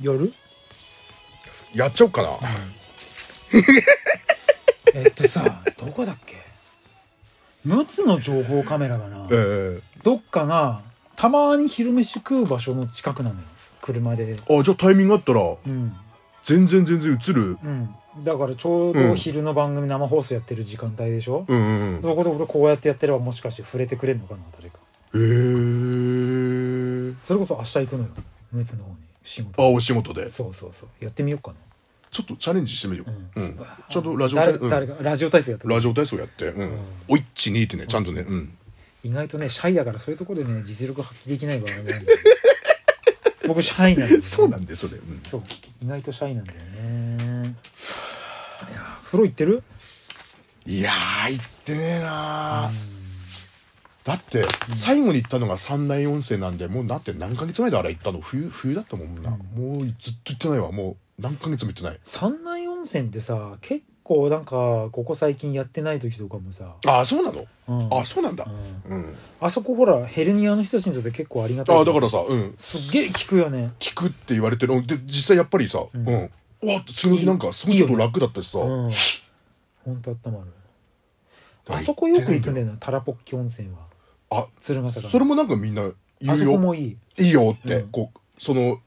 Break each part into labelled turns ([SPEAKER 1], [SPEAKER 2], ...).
[SPEAKER 1] 夜
[SPEAKER 2] やっちゃおうかな
[SPEAKER 1] えっとさどこだっけ6つの情報カメラがな
[SPEAKER 2] ええ
[SPEAKER 1] どっかがたまに昼飯食う場所の近くなのよ車で
[SPEAKER 2] あじゃあタイミングあったら
[SPEAKER 1] うん
[SPEAKER 2] 全然全然映る
[SPEAKER 1] うんだからちょう
[SPEAKER 2] う
[SPEAKER 1] ど
[SPEAKER 2] ん
[SPEAKER 1] 昼の番組生放送やってる時間帯でしょ、
[SPEAKER 2] うんうんうん
[SPEAKER 1] そこで俺こうやってやってればもしかして触れてくれんのかな誰か
[SPEAKER 2] へえー、
[SPEAKER 1] それこそ明日行くのよ陸奥の方に仕事
[SPEAKER 2] あお仕事で
[SPEAKER 1] そうそうそうやってみようか
[SPEAKER 2] ちょっとチャレンジしてみよ
[SPEAKER 1] な、
[SPEAKER 2] う、うんちゃんとラジオ体
[SPEAKER 1] 誰,、
[SPEAKER 2] うん
[SPEAKER 1] 誰かラジオ体操やってる
[SPEAKER 2] ラジオ体操やって、うんおいっちにってねちゃんとね、うん、
[SPEAKER 1] 意外とねシャイだからそういうところでね実力発揮できない場合があるん だよね僕シャイなんだよね
[SPEAKER 2] そうなんですそれ、うん、
[SPEAKER 1] そう意外とシャイなんだよねいやー風呂行ってる
[SPEAKER 2] いやー行ってねえなーだって最後に行ったのが三内温泉なんでもうだって何ヶ月前だあれ行ったの冬冬だったもんな、もうずっと行ってないわもう何ヶ月も行ってない
[SPEAKER 1] 三内温泉ってさ結構なんかここ最近やってない時とかもさ、
[SPEAKER 2] ああそうなの、
[SPEAKER 1] うん
[SPEAKER 2] ああそうなんだ
[SPEAKER 1] うん
[SPEAKER 2] うん、
[SPEAKER 1] あそこほらヘルニアの人たちにとって結構ありがたい
[SPEAKER 2] ああだからさうん
[SPEAKER 1] すっげえ効くよね
[SPEAKER 2] 聞くって言われてるで実際やっぱりさうん、うわ次の日なんかすごいちょっと楽だったしさ、
[SPEAKER 1] うんほんとあったまる
[SPEAKER 2] ら
[SPEAKER 1] あそこよく行くんだよなタラポッキ温泉は
[SPEAKER 2] あ
[SPEAKER 1] 鶴ヶ坂
[SPEAKER 2] それもなんかみんな言
[SPEAKER 1] あ
[SPEAKER 2] う
[SPEAKER 1] そこも
[SPEAKER 2] よ
[SPEAKER 1] いい
[SPEAKER 2] いいよって、
[SPEAKER 1] うん
[SPEAKER 2] こうその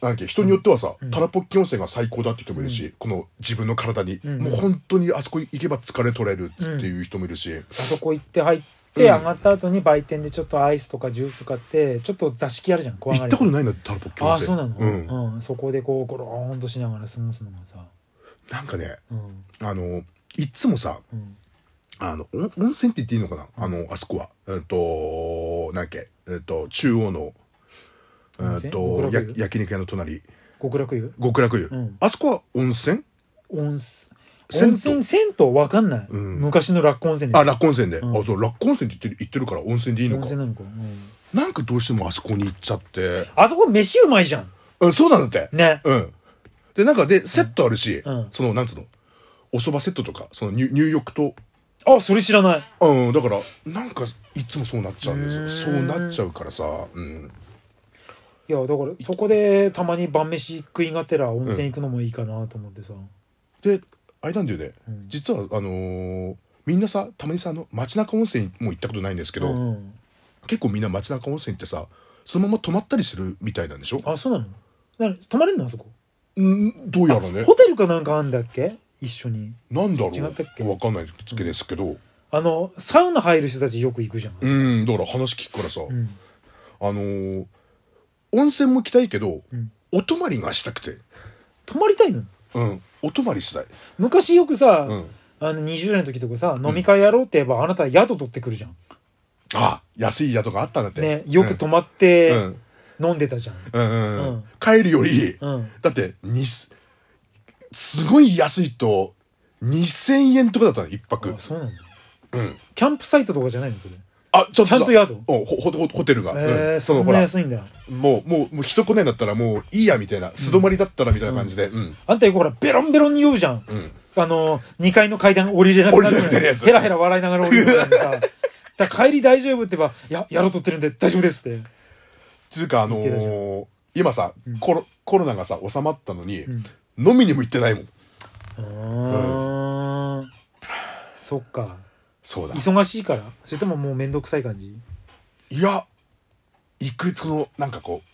[SPEAKER 2] なんだっけ人によってはさ、タラポッキ温泉が最高だって人もいるし、この自分の体に、
[SPEAKER 1] ん
[SPEAKER 2] もう本当にあそこ行けば疲れ取れるっていう人もいるし、
[SPEAKER 1] あそこ行って入って
[SPEAKER 2] うん
[SPEAKER 1] 上がった後に売店でちょっとアイスとかジュース買ってちょっと座敷あるじゃん怖
[SPEAKER 2] 行
[SPEAKER 1] が
[SPEAKER 2] っ
[SPEAKER 1] り
[SPEAKER 2] たことないんだタラポッキ
[SPEAKER 1] あ
[SPEAKER 2] 温
[SPEAKER 1] あ
[SPEAKER 2] 泉
[SPEAKER 1] そうなの、
[SPEAKER 2] ん
[SPEAKER 1] うんそこでこうゴローンとしながら過ごすのがさ、
[SPEAKER 2] なんかね
[SPEAKER 1] うん
[SPEAKER 2] あのいっつもさ
[SPEAKER 1] うん、
[SPEAKER 2] あの温温泉って言っていいのかなあのあそこはえっとなんだっけえっと中央の
[SPEAKER 1] 温泉
[SPEAKER 2] えっと
[SPEAKER 1] 極楽
[SPEAKER 2] や
[SPEAKER 1] 湯
[SPEAKER 2] 焼肉屋の隣
[SPEAKER 1] 極楽湯
[SPEAKER 2] 極楽湯、
[SPEAKER 1] うん
[SPEAKER 2] あそこは温泉
[SPEAKER 1] 温泉
[SPEAKER 2] 銭
[SPEAKER 1] 温
[SPEAKER 2] 湯
[SPEAKER 1] 泉銭湯わかんない、
[SPEAKER 2] うん
[SPEAKER 1] 昔のラッコ温泉で
[SPEAKER 2] あラッコ温泉で、
[SPEAKER 1] うん
[SPEAKER 2] あそうラッコ温泉って言ってる言ってるから温泉でいいの
[SPEAKER 1] 温
[SPEAKER 2] か
[SPEAKER 1] 泉なのか、うん
[SPEAKER 2] なんかどうしてもあそこに行っちゃって、
[SPEAKER 1] あそこ飯うまいじゃん
[SPEAKER 2] うん、そうなんだって、
[SPEAKER 1] ね
[SPEAKER 2] うんでなんかでセットあるし、
[SPEAKER 1] うん
[SPEAKER 2] そのなんつうのおそばセットとかその入入浴と
[SPEAKER 1] あそれ知らない
[SPEAKER 2] うんだからなんかいつもそうなっちゃうんです
[SPEAKER 1] へ
[SPEAKER 2] よ
[SPEAKER 1] ー
[SPEAKER 2] そうなっちゃうからさ、うん、
[SPEAKER 1] いやだからそこでたまに晩飯食いがてら温泉行くのもいいかなと思ってさ、
[SPEAKER 2] であれなんだよね、
[SPEAKER 1] うん
[SPEAKER 2] 実はあのーみんなさたまにさあの街中温泉も行ったことないんですけ
[SPEAKER 1] う
[SPEAKER 2] ど、
[SPEAKER 1] んうん、
[SPEAKER 2] 結構みんな街中温泉ってさそのまま泊まったりするみたいなんでしょ
[SPEAKER 1] あそうなのな泊まれるのあそこ
[SPEAKER 2] うんどうやらね
[SPEAKER 1] ホテルかなんかあんだっけ一緒に
[SPEAKER 2] なんだろ
[SPEAKER 1] 違ったっけ
[SPEAKER 2] うわかんないつけですけど、
[SPEAKER 1] あのサウナ入る人たちよく行くじゃん、
[SPEAKER 2] うんだから話聞くからさ、
[SPEAKER 1] うん
[SPEAKER 2] あのー温泉も行きたいけど、
[SPEAKER 1] うん
[SPEAKER 2] お泊まりがしたくて、
[SPEAKER 1] 泊まりたいの
[SPEAKER 2] うん、お泊まりしたい、
[SPEAKER 1] 昔よくさ、
[SPEAKER 2] うん、
[SPEAKER 1] あの20代の時とかさ飲み会やろうって言えばあなた宿取ってくるじゃん、
[SPEAKER 2] あ安い宿があったんだって
[SPEAKER 1] ね、よく
[SPEAKER 2] と
[SPEAKER 1] 泊まって
[SPEAKER 2] うん
[SPEAKER 1] 飲んでたじゃん、
[SPEAKER 2] うんうんうん
[SPEAKER 1] うん
[SPEAKER 2] 帰るより、
[SPEAKER 1] うん
[SPEAKER 2] だってにすすごい安いと2000円とかだったの一泊
[SPEAKER 1] あそうなんだ
[SPEAKER 2] うん
[SPEAKER 1] キャンプサイトとかじゃないのそれ
[SPEAKER 2] あちょっとさ
[SPEAKER 1] ちゃんと宿
[SPEAKER 2] うんほほほホテルが、
[SPEAKER 1] へえ
[SPEAKER 2] うん、
[SPEAKER 1] そ
[SPEAKER 2] その
[SPEAKER 1] ん
[SPEAKER 2] ほ
[SPEAKER 1] な
[SPEAKER 2] ら
[SPEAKER 1] 安いんだ
[SPEAKER 2] もうもうもう人来ないんだったらもういいやみたいな素泊まりだったらみたいな感じでうん、
[SPEAKER 1] あんたよくほらベロンベロンに酔うじゃん、
[SPEAKER 2] うん
[SPEAKER 1] あの2階の階段降りれなくなる
[SPEAKER 2] 降りれなくなるやつ
[SPEAKER 1] ヘラヘラ笑いながら降りれなくな るさだから帰り大丈夫って言えば「いや宿取ってるんで大丈夫です」って
[SPEAKER 2] つうかあの
[SPEAKER 1] 言ってたじゃ
[SPEAKER 2] ー今さ、コロコロナがさ収まったのに、
[SPEAKER 1] ん
[SPEAKER 2] 飲みにも行ってないもん
[SPEAKER 1] うーんそっか
[SPEAKER 2] そうだ
[SPEAKER 1] 忙しいからそれとももう面倒くさい感じ
[SPEAKER 2] いや行くそのなんかこう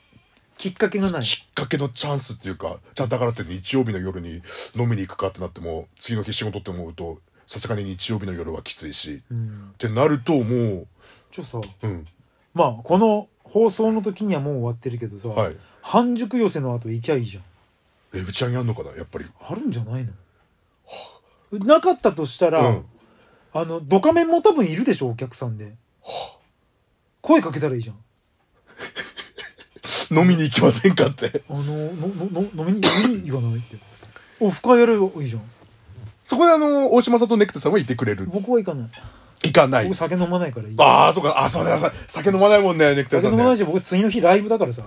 [SPEAKER 1] きっかけがない
[SPEAKER 2] きっかけのチャンスっていうかじゃあだからって日曜日の夜に飲みに行くかってなっても次の日仕事って思うとさすがに日曜日の夜はきついし、
[SPEAKER 1] うん
[SPEAKER 2] ってなるとも
[SPEAKER 1] ちょっとさ
[SPEAKER 2] ううん
[SPEAKER 1] まあこの放送の時にはもう終わってるけどさ、
[SPEAKER 2] はい
[SPEAKER 1] 半熟寄せの後行きゃいいじゃん
[SPEAKER 2] え打ち上げあんのかなやっぱり
[SPEAKER 1] あるんじゃないのなかったとしたら、
[SPEAKER 2] うん
[SPEAKER 1] あのドカメンも多分いるでしょお客さんで声かけたらいいじゃん
[SPEAKER 2] 飲みに行きませんかって
[SPEAKER 1] あのののの飲みに飲みに行かないってお深いやればいいじゃん
[SPEAKER 2] そこであの大島さんとネクタさんはいてくれる
[SPEAKER 1] 僕は行かない
[SPEAKER 2] 行かない
[SPEAKER 1] 僕酒飲まないからいい
[SPEAKER 2] ああそうかあそうださ酒飲まないもんねネクタ
[SPEAKER 1] 酒
[SPEAKER 2] さん
[SPEAKER 1] 飲まない
[SPEAKER 2] ね
[SPEAKER 1] し僕次の日ライブだからさ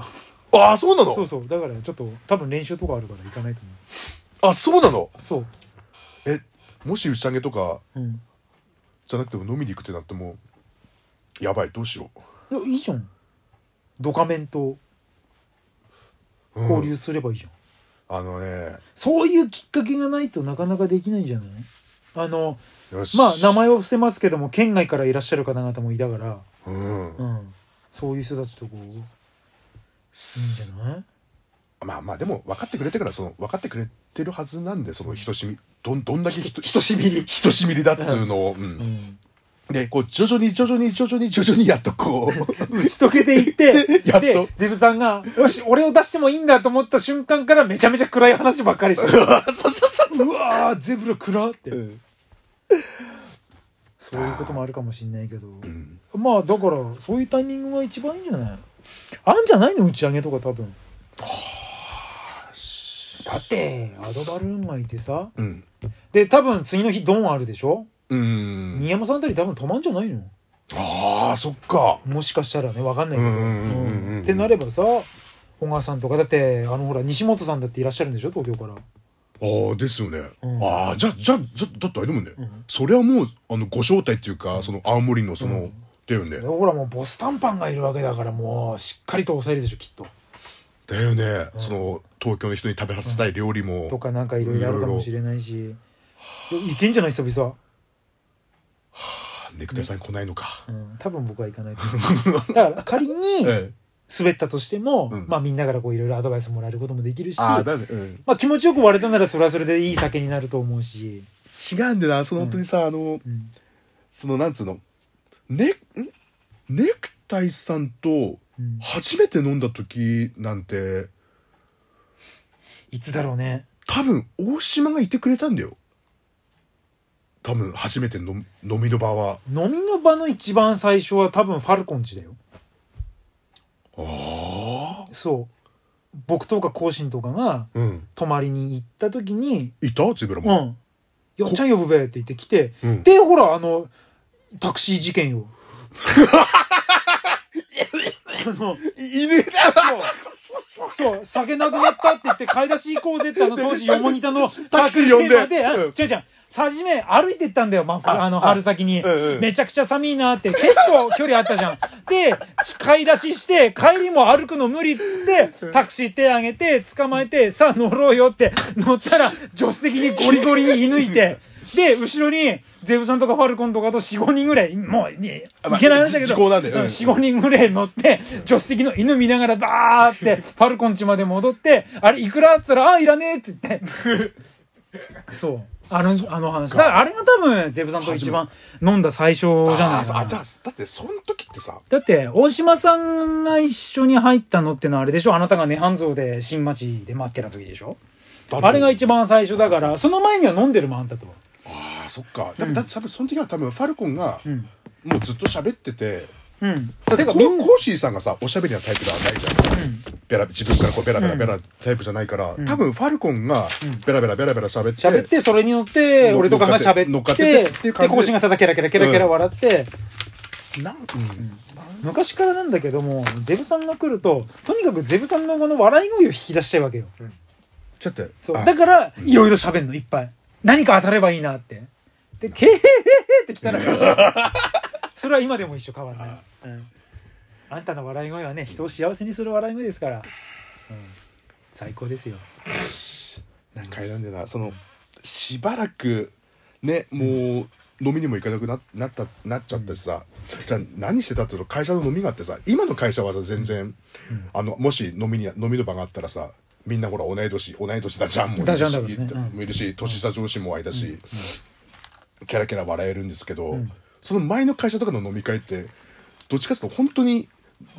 [SPEAKER 2] ああそうなの
[SPEAKER 1] そうそうだからちょっと多分練習とかあるから行かないと思
[SPEAKER 2] あそうなの
[SPEAKER 1] うそう
[SPEAKER 2] えもし打ち上げとか
[SPEAKER 1] うん
[SPEAKER 2] じゃなくても飲みに行くってなってもやばいどうしよう
[SPEAKER 1] いやいいじゃんドカメンと
[SPEAKER 2] うん
[SPEAKER 1] 交流すればいいじゃん、
[SPEAKER 2] あのね
[SPEAKER 1] そういうきっかけがないとなかなかできないんじゃないあの
[SPEAKER 2] よし
[SPEAKER 1] まあ名前は伏せますけども県外からいらっしゃる方々もいたから、
[SPEAKER 2] うん
[SPEAKER 1] うん、そういう人たちとこういいんじゃない
[SPEAKER 2] まあまあでも分かってくれてからその分かってくれてるはずなんでその人しみどんどんだけ人人しみり人しみりだっつうのを、うん
[SPEAKER 1] うん
[SPEAKER 2] でこう徐々に徐々に徐々に徐々にやっとこう
[SPEAKER 1] 打ち解けていって、
[SPEAKER 2] やっと
[SPEAKER 1] で、ゼブさんが、よし、俺を出してもいいんだと思った瞬間からめちゃめちゃ暗い話ばっかりして
[SPEAKER 2] そうそうそうそう
[SPEAKER 1] うわー、ゼブラ暗って、
[SPEAKER 2] うん
[SPEAKER 1] そういうこともあるかもしんないけど。まあ、だから、そういうタイミングが一番いいんじゃないあんじゃないの打ち上げとか多分。だって、アドバルーンがいてさ。
[SPEAKER 2] うん
[SPEAKER 1] で、多分次の日ドンあるでしょ
[SPEAKER 2] うん
[SPEAKER 1] 新山さんあたり多分止まんじゃないの
[SPEAKER 2] ああそっか
[SPEAKER 1] もしかしたらねわかんないけど
[SPEAKER 2] うんうんうんうんうん
[SPEAKER 1] うんってなればさ小川さんとかだってあのほら西本さんだっていらっしゃるんでしょ東京から
[SPEAKER 2] ああですよね、
[SPEAKER 1] うん
[SPEAKER 2] ああじゃあじゃあじゃあだってあれだもんね、
[SPEAKER 1] ん
[SPEAKER 2] それはもうあのご招待っていうかその青森のその、だよね
[SPEAKER 1] でほらもうボス短パンがいるわけだからもうしっかりと抑えるでしょきっと
[SPEAKER 2] だよね、その東京の人に食べさせたい料理も、
[SPEAKER 1] とかなんかいろいろあるかもしれないしいいけんじゃない久々、
[SPEAKER 2] ネクタイさん来ないのか、
[SPEAKER 1] うん、多分僕は行かないと 思うだから仮に
[SPEAKER 2] ええ
[SPEAKER 1] 滑ったとしても、
[SPEAKER 2] うん
[SPEAKER 1] まあみんなからこういろいろアドバイスもらえることもできるし
[SPEAKER 2] ああだね、うん
[SPEAKER 1] まあ気持ちよく割れたならそれはそれでいい酒になると思うし、
[SPEAKER 2] 違うんだよなその本当にさ、あの
[SPEAKER 1] うん、
[SPEAKER 2] そのなんつうのねんネクタイさんと
[SPEAKER 1] うん
[SPEAKER 2] 初めて飲んだ時なんて
[SPEAKER 1] いつだろうね
[SPEAKER 2] 多分大島がいてくれたんだよ多分初めての飲みの場は
[SPEAKER 1] 飲みの場の一番最初は多分ファルコンチだよ
[SPEAKER 2] ああ
[SPEAKER 1] そう僕とか後進とかが
[SPEAKER 2] うん
[SPEAKER 1] 泊まりに行った時に
[SPEAKER 2] いたゼブラ
[SPEAKER 1] 「う
[SPEAKER 2] も、
[SPEAKER 1] んよっちゃん呼ぶべ」って言って来て、
[SPEAKER 2] うん
[SPEAKER 1] でほらあのタクシー事件よあの
[SPEAKER 2] いいねえだろ
[SPEAKER 1] そう酒なくなったって言って買い出し行こうぜってあの当時よもぎたの
[SPEAKER 2] タクシー呼んで
[SPEAKER 1] タクシーあ
[SPEAKER 2] うん
[SPEAKER 1] 違う違うさじめ歩いてったんだよ、まあ、あの春先に、
[SPEAKER 2] うんうん
[SPEAKER 1] めちゃくちゃ寒いなって結構距離あったじゃんで買い出しして帰りも歩くの無理っつってタクシー手あげて捕まえてさあ乗ろうよって乗ったら助手席にゴリゴリに射抜いてで後ろにゼブさんとかファルコンとかと45人ぐらいもうね
[SPEAKER 2] あまあ
[SPEAKER 1] いけない話だけ
[SPEAKER 2] 時
[SPEAKER 1] ど
[SPEAKER 2] 効なんでうん
[SPEAKER 1] 45五人ぐらい乗って、助手席の犬見ながらバー って、ファルコン家まで戻って、あれいくらって言ったら、あー、いらねえって言 って。そう。あの、あの話。だからあれが多分、ゼブさんと一番飲んだ最初じゃない
[SPEAKER 2] あ
[SPEAKER 1] か
[SPEAKER 2] ーあ
[SPEAKER 1] な
[SPEAKER 2] じゃあだってその時ってさ
[SPEAKER 1] だって、大島さんが一緒に入ったのってのはあれでしょあなたが涅槃像で新町で待ってた時でしょ
[SPEAKER 2] だって
[SPEAKER 1] あれが一番最初だから、その前には飲んでるもん、あんたとは。
[SPEAKER 2] あーそっかでもだって多分その時は多分ファルコンが
[SPEAKER 1] ん
[SPEAKER 2] もうずっと喋ってて
[SPEAKER 1] うん。
[SPEAKER 2] だって
[SPEAKER 1] て
[SPEAKER 2] コ
[SPEAKER 1] か、みんな、
[SPEAKER 2] ーシーさんがさおしゃべりなタイプではないじゃん、ベラ自分からこうベラベラベラタイプじゃないから、多分ファルコンがベラベラベラベラ喋って
[SPEAKER 1] 喋って、それに乗って、
[SPEAKER 2] の
[SPEAKER 1] 俺とかが喋
[SPEAKER 2] 乗っか
[SPEAKER 1] っ
[SPEAKER 2] って
[SPEAKER 1] て、
[SPEAKER 2] 乗っかってってい
[SPEAKER 1] で、
[SPEAKER 2] う感じで
[SPEAKER 1] 更新がただケラケラケラケラ笑って、
[SPEAKER 2] なんうん
[SPEAKER 1] 昔からなんだけどもゼブさんが来るととにかくゼブさんのこの笑い声を引き出したいわけよ、
[SPEAKER 2] ちょっと
[SPEAKER 1] そう
[SPEAKER 2] あ
[SPEAKER 1] だからいろいろ喋んのいっぱい何か当たればいいなってで「けへへへ」って来たら それは今でも一緒変わんない、うん、あんたの笑い声はね人を幸せにする笑い声ですから、うん、最高ですよ
[SPEAKER 2] なんかあれなんだよなそのしばらくねもう飲みにも行かなくななったなっちゃってさ、じゃあ何してたっていうと会社の飲みがあってさ今の会社はさ全然、あのもし飲みに飲みの場があったらさみんなほら同い年同い年だじゃんもいる
[SPEAKER 1] だじゃん
[SPEAKER 2] し
[SPEAKER 1] だからねうん
[SPEAKER 2] もいるし年下上司もいたし、キャラキャラ笑えるんですけど、その前の会社とかの飲み会ってどっちかっていうと本当に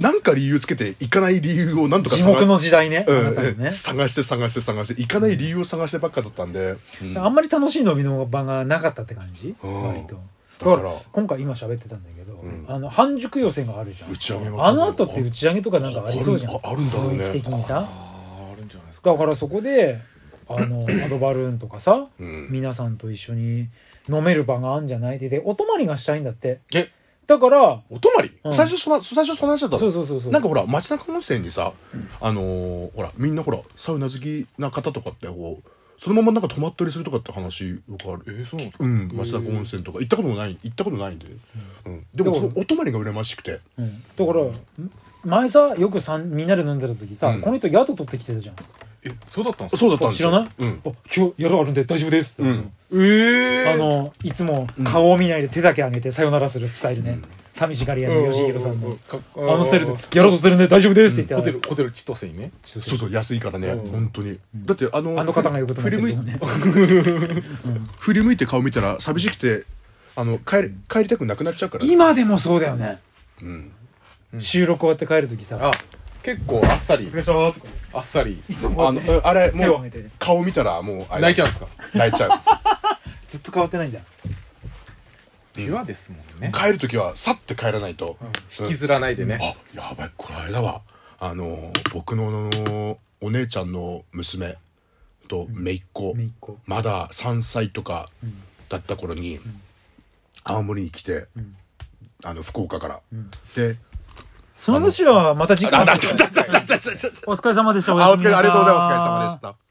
[SPEAKER 2] 何か理由つけて行かない理由をなんとか
[SPEAKER 1] 地
[SPEAKER 2] 探
[SPEAKER 1] 獄の時代ね,、
[SPEAKER 2] う
[SPEAKER 1] あなたの
[SPEAKER 2] ん
[SPEAKER 1] ね
[SPEAKER 2] 探して探して探して行かない理由を探してばっかだったんで、うん
[SPEAKER 1] あんまり楽しい飲みの場がなかったって感じ、
[SPEAKER 2] うん
[SPEAKER 1] 割と
[SPEAKER 2] だ
[SPEAKER 1] だ
[SPEAKER 2] から
[SPEAKER 1] から今回今喋ってたんだけど、
[SPEAKER 2] ん
[SPEAKER 1] あの半熟予選があるじゃん
[SPEAKER 2] 打ち上げも
[SPEAKER 1] あの後って打ち上げとかなんかありそうじゃん
[SPEAKER 2] ああるんだろうね
[SPEAKER 1] 雰囲気的にさ
[SPEAKER 3] ああるんじゃないですか
[SPEAKER 1] だからそこであの アドバルーンとかさ、
[SPEAKER 2] うん
[SPEAKER 1] 皆さんと一緒に飲める場があるんじゃないででお泊まりがしたいんだって
[SPEAKER 3] え
[SPEAKER 1] だから、
[SPEAKER 3] お泊まり
[SPEAKER 1] うん
[SPEAKER 2] 最初その最初その話だったの
[SPEAKER 1] そうそうそうそう
[SPEAKER 2] なんかほら街中温泉にさ、あのーほらみんなほらサウナ好きな方とかってこうそのままなんか泊まったりするとかって話よくあ
[SPEAKER 3] え
[SPEAKER 2] る
[SPEAKER 3] ー、そうなんですか
[SPEAKER 2] うん町中温泉とか行ったこともない行ったことないんで、うんでも
[SPEAKER 1] で
[SPEAKER 2] そ
[SPEAKER 1] も
[SPEAKER 2] のお泊まりが羨ましくて
[SPEAKER 1] うんだからん前さよくさんみんなで飲んでた時さ、
[SPEAKER 2] うん
[SPEAKER 1] この人宿取ってきてたじゃん
[SPEAKER 3] えそうだったんですか
[SPEAKER 2] そうだったんですよ
[SPEAKER 1] 知らない
[SPEAKER 2] うん
[SPEAKER 1] あ今日宿あるんで大丈夫ですって、
[SPEAKER 2] うん
[SPEAKER 3] ええ
[SPEAKER 1] あのいつも顔を見ないで手だけ上げてさよならするスタイルね、寂しがり屋の吉弘さんの、
[SPEAKER 3] あ
[SPEAKER 1] あのセルで「やろうとするんで大丈夫です」って言
[SPEAKER 3] ホ
[SPEAKER 1] って
[SPEAKER 3] テルホテル千歳にね
[SPEAKER 1] そう
[SPEAKER 2] そうそう安いからね、
[SPEAKER 3] うん
[SPEAKER 2] 本当にだってあの
[SPEAKER 1] あの方が言うこと
[SPEAKER 2] 振り
[SPEAKER 1] な
[SPEAKER 2] 向
[SPEAKER 1] い
[SPEAKER 2] い
[SPEAKER 1] けどね
[SPEAKER 2] 振り向いて顔見たら寂しくてあの帰り帰りたくなくなっちゃうから
[SPEAKER 1] 今でもそうだよね、
[SPEAKER 2] ん
[SPEAKER 1] 収録終わって帰る時さ
[SPEAKER 3] あ結構あっさ
[SPEAKER 1] 「
[SPEAKER 3] り
[SPEAKER 1] しょ」
[SPEAKER 3] あっさり
[SPEAKER 1] いつ
[SPEAKER 2] あ
[SPEAKER 1] も
[SPEAKER 2] のえあれ
[SPEAKER 1] 手を
[SPEAKER 2] も
[SPEAKER 1] 挙げ
[SPEAKER 2] う
[SPEAKER 1] て
[SPEAKER 2] 顔見たらもうあれ
[SPEAKER 3] 泣いちゃうんですか
[SPEAKER 2] 泣いちゃう
[SPEAKER 1] ずっと変わってないんだ
[SPEAKER 3] ピュアですもんね
[SPEAKER 2] 帰る時はさって帰らないと、
[SPEAKER 3] 引きずらないでね
[SPEAKER 2] あやばいこの間はあの僕のあのお姉ちゃんの娘と姪っ子、
[SPEAKER 1] 姪っ子
[SPEAKER 2] まだ3歳とかだった頃に、青森に来て、あの福岡から、で
[SPEAKER 1] その話はまた次回
[SPEAKER 2] あだだだだだだだだ
[SPEAKER 1] お疲れ様でした
[SPEAKER 2] あお疲れありがとうございますお疲れ様で
[SPEAKER 1] し
[SPEAKER 2] したた